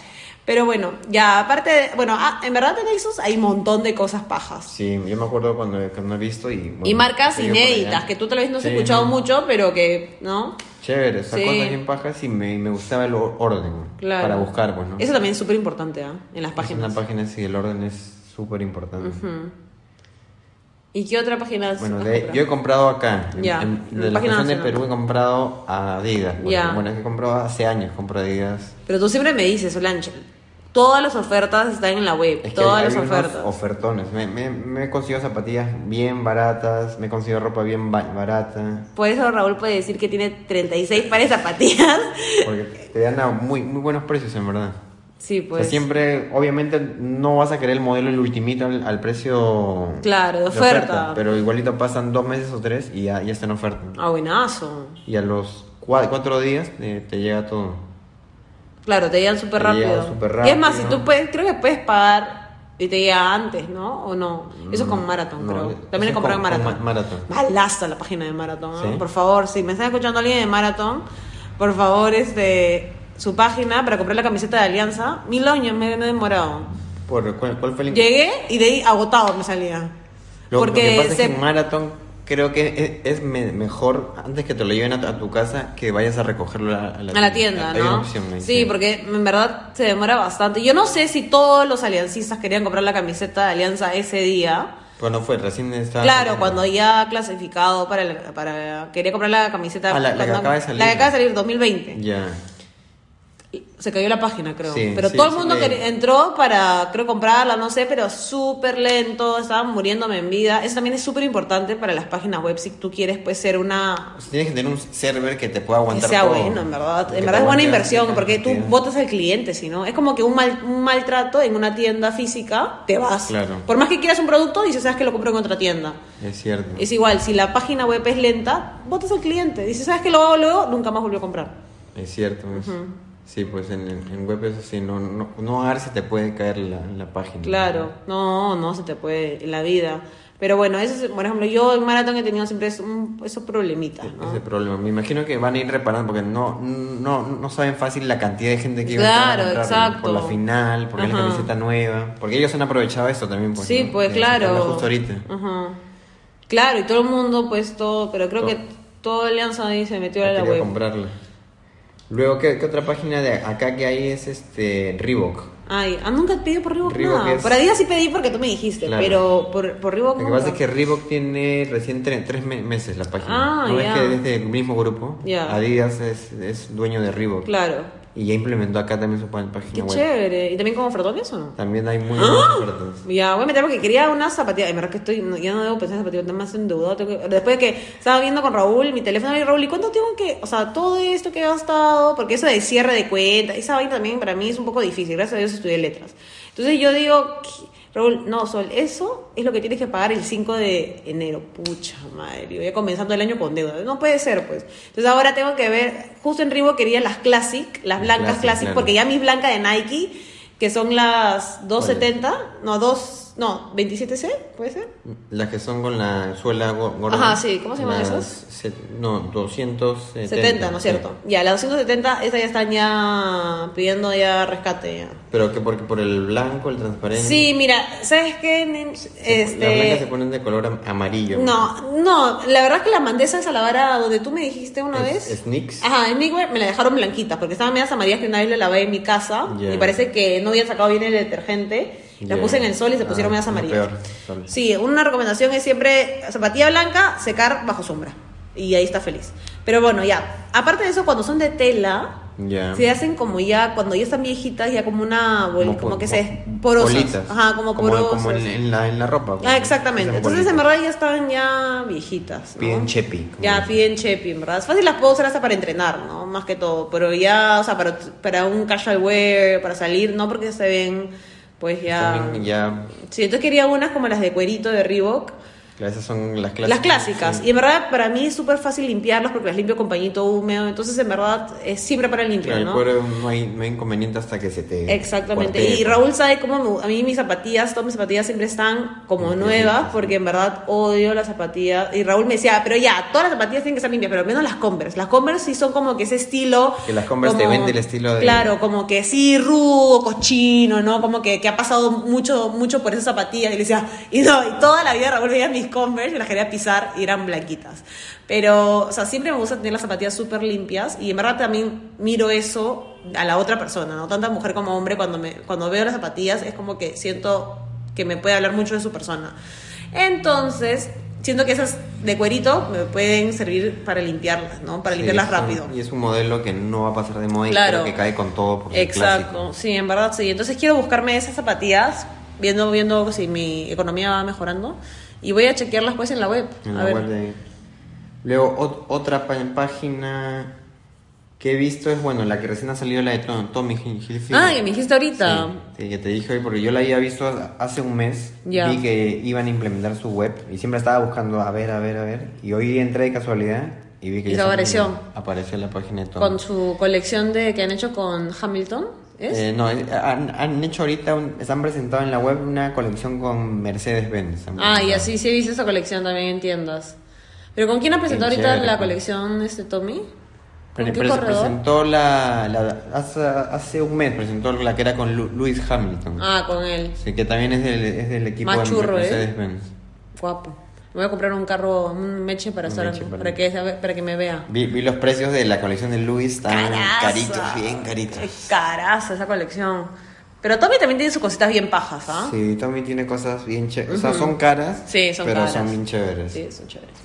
Pero bueno, ya aparte, de- bueno, ah, en verdad en Nexus hay un montón de cosas pajas. Sí, yo me acuerdo cuando, cuando he visto y... bueno, y marcas he ido por allá. inéditas, que tú tal vez no has Sí, escuchado no. mucho, pero que, ¿no? Chévere, esas Sí. cosas bien pajas y me, me gustaba el or- orden Claro. para buscar, pues, ¿no? Eso también es súper importante, ¿ah? En las Es páginas. una página, sí, el orden es súper importante. Ujú. ¿Y qué otra página has- Bueno, has de- comprado? yo he comprado acá, en- Ya, en- en de la página estación de nacional. Perú he comprado a Adidas. Bueno, Ya. bueno, es que he comprado hace años, compro Adidas. Pero tú siempre me dices, Solange, todas las ofertas están en la web, Es que todas hay las unos ofertas. ofertones. Me, me, me he conseguido zapatillas bien baratas, me he conseguido ropa bien ba- barata, Por eso Raúl puede decir que tiene 36 pares de zapatillas. porque te dan a muy, muy buenos precios, en verdad. Sí, O pues. sea, siempre, obviamente, no vas a querer el modelo el ultimito al, al precio. Claro, de oferta. Pero igualito pasan dos meses o tres y ya, ya está en oferta. Ah, buenazo. Y a los cua- cuatro días eh, te llega todo. Claro, te llegan súper Te llegan rápido. súper Y es más, si rápido. tú puedes, creo que puedes pagar y te llega antes, ¿no? ¿O no? Eso es con Marathon, Mm, No, creo. eso También he es comprado en con- con Marathon. Ma- Marathon. Malaza la página de Marathon. ¿ah? Sí. Por favor, si me está escuchando alguien de Marathon, por favor, este, su página para comprar la camiseta de Alianza. Mil años me he demorado. Por, ¿cuál, cuál fue el Llegué y de ahí agotado me salía. Lo, lo porque que pasa se- es que en Marathon creo que es, es me- mejor antes que te lo lleven a, tu- a tu casa que vayas a recogerlo a, la a la tienda, Hay una ¿no? opción ahí, sí, porque en verdad se demora bastante. Yo no sé si todos los aliancistas querían comprar la camiseta de Alianza ese día. Pues no fue, recién estaba. Claro, cuando ya clasificado para, la- para quería comprar la camiseta Ah, la- la que cuando- acaba de salir. la que acaba de salir 2020. Ya. Se cayó la página, creo. Sí, pero sí, todo el sí, mundo sí. quer- entró para, creo, comprarla, no sé, pero súper lento, estaban muriéndome en vida. Eso también es súper importante para las páginas web si tú quieres, pues, ser una... O sea, tienes que tener un server que te pueda Que aguantar sea todo. bueno, en verdad. Que En verdad es te buena aguante inversión, la porque tú cantidad. votas al cliente, si no. Es como que un, mal, un maltrato en una tienda física, te vas. Claro. Por más que quieras un producto, dices, sabes que lo compro en otra tienda. Es cierto. Es igual, si la página web es lenta, votas al cliente. Dices, ¿sabes que lo hago luego? Nunca más volvió a comprar. Es cierto. es- Sí, pues en, en web eso sí, no, no, no dar se te puede caer la, la página. Claro, no, no se te puede en la vida. Pero bueno, eso es- por ejemplo, yo en maratón he tenido siempre es un- esos problemitas, ¿no? E-, Ese problema. Me imagino que van a ir reparando porque no, no, no saben fácil la cantidad de gente que iba Claro, a entrar a comprar, exacto. Por la final, porque Ajá. la camiseta nueva. Porque ellos han aprovechado esto también. Pues, sí, ¿no? pues De claro. sacarla Justo ahorita. Ajá. Claro, y todo el mundo, pues todo, pero creo Todo. que todo Alianza ahí se metió a la Quería web. comprarla. Luego, ¿qué, qué otra página de acá que hay es este Reebok? Ay, ah, nunca pedí por Reebok, Reebok nada. es- Por Adidas sí pedí porque tú me dijiste, Claro. pero por, por Reebok Lo que nunca. pasa es que Reebok tiene recién tre- tres me- meses la página. Ah, no ya. es que desde el mismo grupo. Ya. Adidas es, es dueño de Reebok. Claro. Y ya implementó acá también su pa- página Qué web. chévere. ¡Ah! ¿Y también como ofertones o no? También hay muy buenas ofertas. Ya, voy a meter porque quería una zapatilla. En verdad que estoy, no- ya no debo pensar en zapatillas, estoy más endeudado. tengo que- después de que estaba viendo con Raúl, mi teléfono, y Raúl, ¿y cuánto tengo que, o sea, todo esto que he gastado? Porque eso de cierre de cuenta, esa vaina también para mí es un poco difícil. Gracias a Dios estudié letras. Entonces yo digo, "¿Qué? Raúl, no, Sol, eso es lo que tienes que pagar el 5 de enero. Pucha madre, yo ya comenzando el año con deuda. No puede ser, pues. Entonces ahora tengo que ver, justo en Rivo quería las Classic, las Las blancas Classic, Classic, claro. porque ya mis blancas de Nike, que son las 270. 70, no, 2, no, 27C, ¿puede ser? Las que son con la suela go- gorda. Ajá, sí, ¿cómo se llaman Las esas? se- no, 270. 70, ¿no es sí. cierto? Ya, las 270, esas ya están ya pidiendo ya rescate. Ya. Pero que porque por el blanco, el transparente. Sí, mira, ¿sabes qué? nen? se- Las blancas se Este, ponen de color am- amarillo. no, no, la verdad es que la mandé esa a la vara donde tú me dijiste una Es- vez. Sneaks. Ajá, en Nightwear me la dejaron blanquita porque estaban medias amarillas que una vez la lavé en mi casa Ya. y parece que no habían sacado bien el detergente. La Ya. puse en el sol y se Ah, pusieron medias lo amarillas. peor, sol. Sí, una recomendación es siempre zapatilla blanca, secar bajo sombra. Y ahí está feliz. Pero bueno, ya. Aparte de eso, cuando son de tela, Ya. se hacen como ya, cuando ya están viejitas, ya como una, bol- como, po- que se, po- porosas. Bolitas. Ajá, como porosas. Como en, en la, en la ropa. Ah, exactamente. Esas Entonces, en bolitas. verdad, ya están ya viejitas. ¿no? Piden chepi. como Ya dicen. piden chepi, en verdad. Es fácil las puedo usar hasta para entrenar, ¿no? Más que todo. Pero ya, o sea, para, para un casual wear, para salir, no porque se ven, pues ya... También ya. Sí, entonces quería unas como las de cuerito de Reebok. Esas son las clásicas. Las clásicas. sí. Y en verdad, para mí es súper fácil limpiarlas porque las limpio con pañito húmedo. Entonces, en verdad, es siempre para limpiar, Claro, ¿no? el cuero no hay, no hay inconveniente hasta que se te. Exactamente. cuartee, Y Raúl sabe cómo me- a mí mis zapatillas, todas mis zapatillas siempre están como Limpiecitas, nuevas, sí. porque en verdad odio las zapatillas. Y Raúl me decía, pero ya, todas las zapatillas tienen que estar limpias, pero menos las Converse. Las Converse sí son como que ese estilo. Que las Converse te vende el estilo de- Claro, como que sí, rudo, cochino, ¿no? Como que, que ha pasado mucho, mucho por esas zapatillas. Y le decía, y no, y toda la vida Raúl veía mis Converse y las quería pisar y eran blanquitas. Pero, o sea, siempre me gusta tener las zapatillas súper limpias y en verdad también miro eso a la otra persona, ¿no? Tanta mujer como hombre, cuando, me, cuando veo las zapatillas es como que siento que me puede hablar mucho de su persona. Entonces, siento que esas de cuerito me pueden servir para limpiarlas, ¿no? Para Sí, limpiarlas es un- rápido. y es un modelo que no va a pasar de moda Claro. y creo que cae con todo por Exacto, clásico. sí, en verdad sí. Entonces quiero buscarme esas zapatillas, viendo, viendo si mi economía va mejorando. Y voy a chequearlas pues en la web. En a la ver. web de- Luego, ot- otra pa- página que he visto es, bueno, la que recién ha salido, la de Tom- Tommy Hilfiger. Ah, que me dijiste ahorita. Sí, sí, que te dije hoy, porque yo la había visto hace un mes. Ya. Vi que iban a implementar su web y siempre estaba buscando, a ver, a ver, a ver. Y hoy entré de casualidad y vi que Y ya te se- apareció. Apareció la página de Tommy. Con su colección de que han hecho con Hamilton, ¿es? Eh, no, eh, han, han hecho ahorita, un- están presentado en la web una colección con Mercedes-Benz. han ah, y presentado. así sí he visto esa colección también en tiendas. Pero ¿con quién ha presentado Bien ahorita chévere, la pues. colección este Tommy? ¿Con Pre- qué pre- corredor? presentó la, la- hace, hace un mes presentó la que era con Lu- Lewis Hamilton. Ah, con él. Sí, que también es del, es del equipo Más churro, ¿eh? Mercedes-Benz. Guapo. Me voy a comprar un carro, un meche para, Un estar- meche para para, mí. que, para que me vea. Vi, vi los precios de la colección de Lewis tan Caraza. caritos, bien Qué caritos. Caraza esa colección. Pero Tommy también tiene sus cositas bien pajas, ¿ah? Sí, también tiene cosas bien chéveres. O sea, son caras, Sí, son pero caras. son bien chéveres. Sí, son chéveres.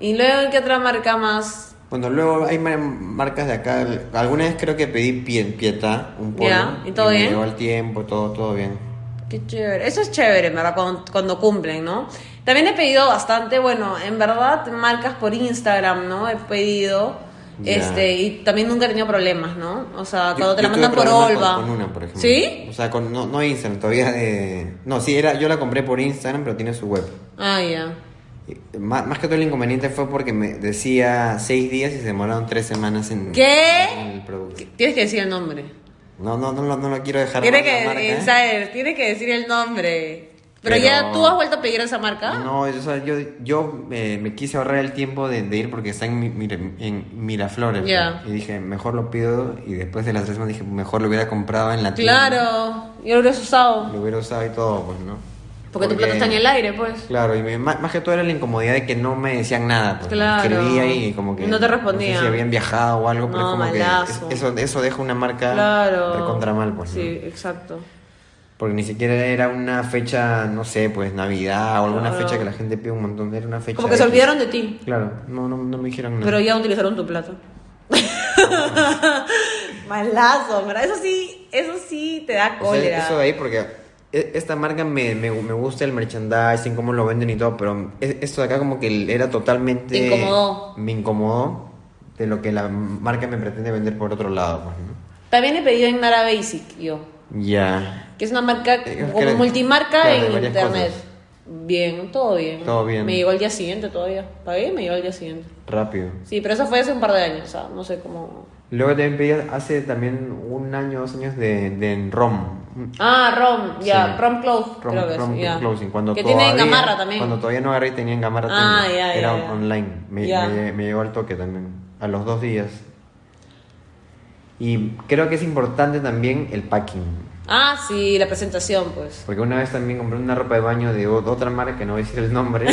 Y luego, ¿qué otra marca más? Bueno, luego hay mar- marcas de acá. Alguna vez creo que pedí pie, pieta, un pollo. Ya, ¿y todo me bien? Llegó al tiempo, todo, todo bien. Qué chévere. Eso es chévere, en verdad, cuando, cuando cumplen, ¿no? También he pedido bastante, bueno, en verdad, marcas por Instagram, ¿no? He pedido. Ya. Este, y también nunca he tenido problemas, ¿no? O sea, cuando Yo- Ah, te la yo mandan tuve por problemas con- Olva. Con, una, por ejemplo. ¿Sí? O sea, con, no, no Instagram, todavía de... No, sí, era, yo la compré por Instagram, pero tiene su web. Ah, ya. Y Más, más que todo el inconveniente fue porque me decía seis días y se demoraron tres semanas en... ¿Qué? en el producto. Tienes que decir el nombre. No, no, no, lo- no lo quiero dejar Tiene mal la que, marca, ¿eh? insider, tiene que decir el nombre. Pero, Pero- ya, ¿tú has vuelto a pedir esa marca? No, o sea, yo, yo eh, me quise ahorrar el tiempo de, de ir porque está en, mi- mire- en Miraflores. ¿no? Ya. Y dije, mejor lo pido. Y después de las tres semanas dije, mejor lo hubiera comprado en la tienda. Claro, yo lo hubiera usado. Lo hubiera usado y todo, pues, ¿no? Porque, tu plato está en el aire, pues. Claro, y me- más, más que todo era la incomodidad de que no me decían nada. Pues, Claro. Escribía y como que. No te No respondían. sé si habían viajado o algo, pero No, es como malazo. que. es- Eso, eso deja una marca Claro. recontra mal, pues. ¿no? Sí, exacto. Porque ni siquiera era una fecha, no sé, pues Navidad o alguna Claro. fecha que la gente pide un montón. Era una fecha. Como que se X. olvidaron de ti. Claro, no, no, no me dijeron nada. Pero ya utilizaron tu plato. Malazo, ¿verdad? Eso sí, eso sí te da O sea, cólera. eso de ahí porque e- esta marca me, me, me gusta el merchandising, cómo lo venden y todo, pero e- esto de acá como que era totalmente... Te incomodó. Me incomodó de lo que la marca me pretende vender por otro lado. pues, ¿no? También he pedido en Nara Basic, yo. Ya, Que es una marca Eh, como creo- multimarca claro, de en varias internet. cosas. Bien, todo bien. Todo bien. Me llegó al día siguiente todavía. Pagué y me llegó al día siguiente. rápido. Sí, pero eso fue hace un par de años, o sea, no sé cómo. Luego también pedí hace también un año, dos años de, de ROM. Ah, Rom, ya, Sí. Rom Close, ROM, creo que es, ROM ya. Closing. Cuando que todavía, tiene en Gamarra también. Cuando todavía no agarré y tenía en Gamarra. Ah, tenía. ya, ya, Era ya. online. Me, Ya. me- me llegó al toque también. A los dos días. Y creo que es importante también el packing. Ah, sí, la presentación, pues. Porque una vez también compré una ropa de baño de o- de otra marca que no voy a decir el nombre.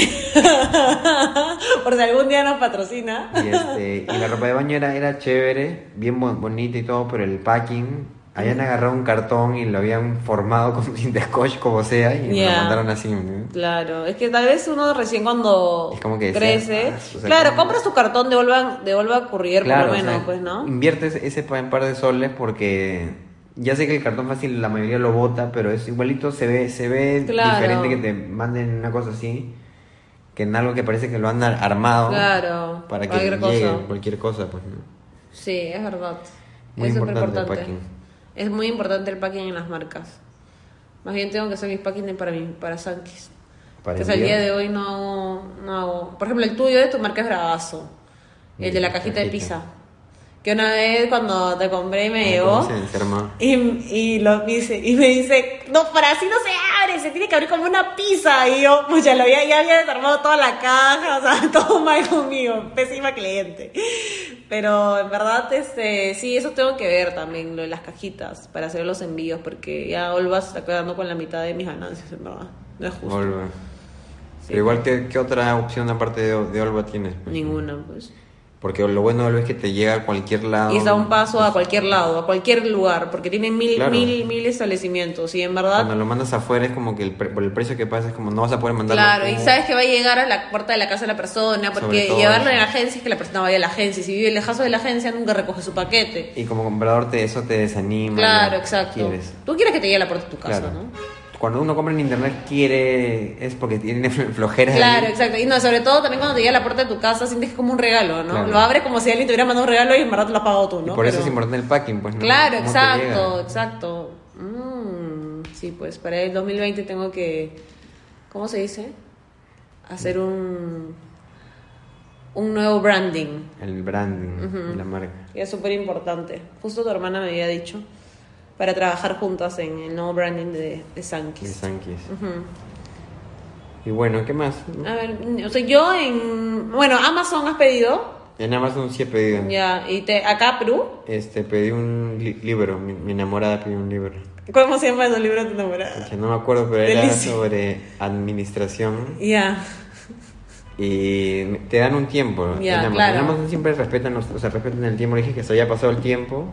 Por si algún día nos patrocina. Y, este, y la ropa de baño era, era chévere, bien bo- bonita y todo, pero el packing, Mm. habían agarrado un cartón y lo habían formado con cinta scotch como sea y me lo Ya. mandaron así. ¿no? Claro, es que tal vez uno recién cuando Es como que decías, crece. "Ah, o sea, claro, ¿cómo?" compras tu cartón de Olva, de Olva Courier, Claro, por o lo menos, sea, pues, ¿no? Inviertes ese pa- par de soles porque ya sé que el cartón fácil la mayoría lo bota, pero es igualito se ve se ve Claro. diferente que te manden una cosa así que en algo que parece que lo han ar- armado Claro, para que cualquier llegue cosa. cualquier cosa, pues. ¿no? Sí, es verdad. Muy es súper importante el importante. packing. Es muy importante el packing en las marcas. Más bien tengo que hacer mis packings para mí, para Sankis. Para que el día enviar. de hoy no hago, no hago. Por ejemplo, el tuyo de tu marca es bravazo. El de Mm, la cajita de pizza. Que una vez cuando te compré y me ¿Cómo llegó. se enferma? Y, y, lo, me dice, y me dice, no, para así no se abre, se tiene que abrir como una pizza. Y yo, pues ya lo había, ya había desarmado toda la caja, o sea, todo mal conmigo, pésima cliente. Pero en verdad, este, sí, eso tengo que ver también, lo de las cajitas, para hacer los envíos, porque ya Olva se está quedando con la mitad de mis ganancias, en verdad. No es justo. Volva. Pero igual, ¿qué, qué otra opción aparte de, de Olva tienes? Ninguna, pues. Porque lo bueno de Olva es que te llega a cualquier lado. Y está un paso a cualquier lado, a cualquier lugar, porque tienen mil, Claro. mil, mil establecimientos. Y en verdad, Cuando lo mandas afuera es como que el pre- por el precio que pagas es como no vas a poder mandarlo. Oh. Claro, y todo. sabes que va a llegar a la puerta de la casa de la persona, Sobre porque todo llevarlo eso. en la agencia es que la persona vaya a la agencia. y Si vive lejos de la agencia, nunca recoge su paquete. Y como comprador te, eso te desanima. Claro, ya, exacto. Quieres. Tú quieres que te llegue a la puerta de tu casa, Claro. ¿no? Cuando uno compra en internet quiere, es porque tiene fl- flojera. de- Claro, exacto. Y no, sobre todo también cuando te llega a la puerta de tu casa, sientes que es como un regalo, ¿no? Claro. Lo abres como si alguien te hubiera mandado un regalo y en verdad te lo has pagado tú, y ¿no? por eso Pero- es importante el packing, pues. ¿no? Claro, Cómo te llega. exacto, exacto. Mm, sí, pues para el 2020 tengo que, ¿cómo se dice? Hacer un, un nuevo branding. El branding, la marca. Y es súper importante. Justo tu hermana me había dicho para trabajar juntas en el nuevo branding de, de De Sankis. Sankis. Y bueno, ¿qué más? A ver, o sea, yo en. Bueno, Amazon has pedido. En Amazon sí he pedido. Ya, y te, acá Perú. Este, pedí un li- libro, mi, mi enamorada pidió un libro. ¿Cómo se llama el libro de tu enamorada? Que no me acuerdo, pero era Delicia. sobre administración. Ya, Y te dan un tiempo. Ya, en Amazon. claro. En Amazon siempre respetan, los- o sea, respetan el tiempo. Le dije que se había pasado el tiempo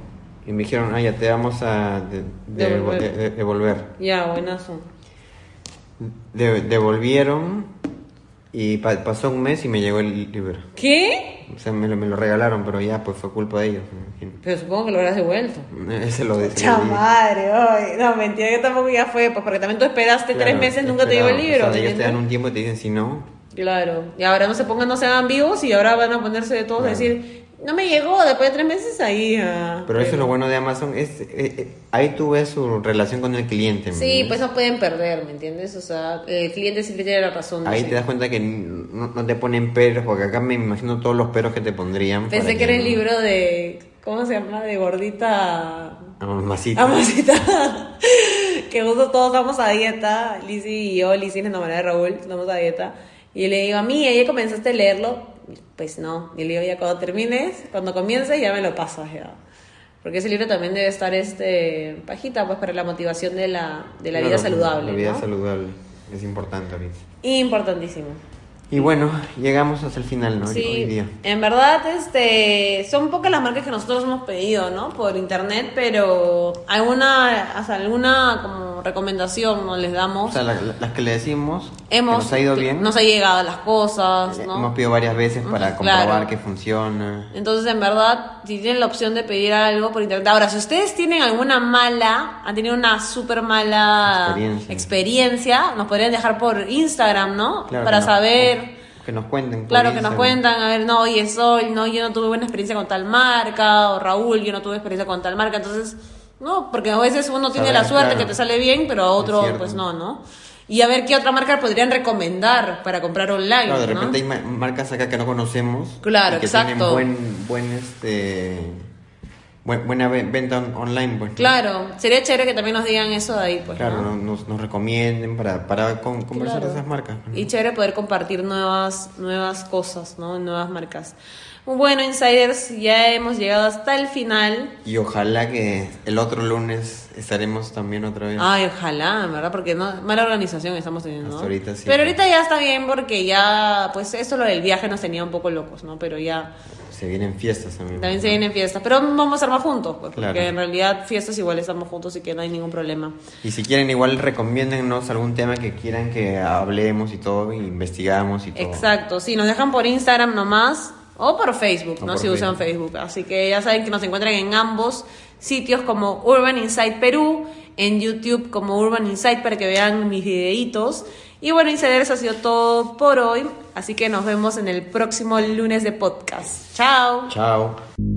y me dijeron, ah, ya te vamos a de- de- Devolver. de- de- devolver. ya, buenazo. De- devolvieron Y pa- pasó un mes y me llegó el libro. ¿Qué? O sea, me lo, me lo regalaron, pero ya, pues fue culpa de ellos. me imagino. Pero supongo que lo habrás devuelto. Él se lo dice. Chamadre, ay, no, mentira, yo tampoco ya fue, pues porque también tú esperaste tres meses, nunca te llegó el libro. O sea, ellos te ¿entiendes? dan un tiempo y te dicen, si no, Claro, y ahora no se pongan, no se hagan vivos y ahora van a ponerse de todos a Claro. decir, no me llegó, después de tres meses ahí. ah, Pero eso es lo bueno de Amazon, es eh, eh, ahí tú ves su relación con el cliente. ¿me Sí, entiendes? pues no pueden perder, ¿me entiendes? O sea, el cliente siempre tiene la razón. no Ahí sé. te das cuenta que n- no, no te ponen peros, porque acá me imagino todos los peros que te pondrían. Pensé para que era el no- libro de, ¿cómo se llama? De gordita... Ah, Mamacita. Amosita. pues, que justo todos vamos a dieta, Lizzy y yo, Lizzy la enamorada de Raúl, estamos a dieta. Y yo le digo, a mí, ¿ya comenzaste a leerlo? Pues no. Y le digo, ya cuando termines, cuando comiences, ya me lo pasas. ya. Porque ese libro también debe estar este, pajita, pues para la motivación de la, de la vida Claro, saludable. La vida ¿no? saludable, es importante ahorita. Importantísimo. Y bueno, llegamos hasta el final, ¿no? Hoy Sí, día. en verdad, este, son pocas las marcas que nosotros hemos pedido, ¿no? Por internet, pero alguna, hasta alguna como recomendación nos les O damos. sea, la- la- las que le decimos, que hemos, nos ha ido bien. Nos ha llegado las cosas, eh, ¿no? Hemos pedido varias veces para Ujú, comprobar claro. que funciona. Entonces, en verdad, si tienen la opción de pedir algo por internet. Ahora, si ustedes tienen alguna mala, han tenido una súper mala Experiencia. experiencia, nos podrían dejar por Instagram, ¿no? Claro para que nos- saber. Que nos cuenten. por Claro, que nos Instagram. cuentan, a ver, no, oye, Sol, no, yo no tuve buena experiencia con tal marca, o Raúl, yo no tuve experiencia con tal marca, entonces, no, porque a veces uno tiene Saber, la suerte claro. que te sale bien, pero a otro, cierto. pues no, ¿no? Y a ver qué otra marca podrían recomendar para comprar online, Claro, de ¿no? repente hay ma- marcas acá que no conocemos. Claro, y que exacto. Tienen buen, buen, este, buen- buena ve- venta on- online. Pues, ¿no? Claro, sería chévere que también nos digan eso de ahí, pues. Claro, ¿no? no- nos, nos recomienden para, para con- conversar Claro. de esas marcas. ¿no? Y chévere poder compartir nuevas, nuevas cosas, ¿no? Nuevas marcas. Bueno, insiders, ya hemos llegado hasta el final. Y ojalá que el otro lunes estaremos también otra vez. Ay, ojalá, en verdad, porque no, mala organización estamos teniendo. ¿no? Hasta ahorita sí. Pero ahorita ya está bien porque ya, pues esto lo del viaje nos tenía un poco locos, ¿no? Pero ya Se vienen fiestas también. también se vienen fiestas. Pero vamos a estar más juntos, pues, porque Claro. en realidad fiestas igual estamos juntos y que no hay ningún problema. Y si quieren, igual recomiéndennos algún tema que quieran que hablemos y todo, e investigamos y todo. Exacto, sí, nos dejan por Instagram nomás o por Facebook, O no por si usan Facebook. Así que ya saben que nos encuentran en ambos sitios como Urban Insight Perú, en YouTube como Urban Insight para que vean mis videitos. Y bueno, Insiders, eso ha sido todo por hoy, así que nos vemos en el próximo lunes de podcast. Chao. Chao.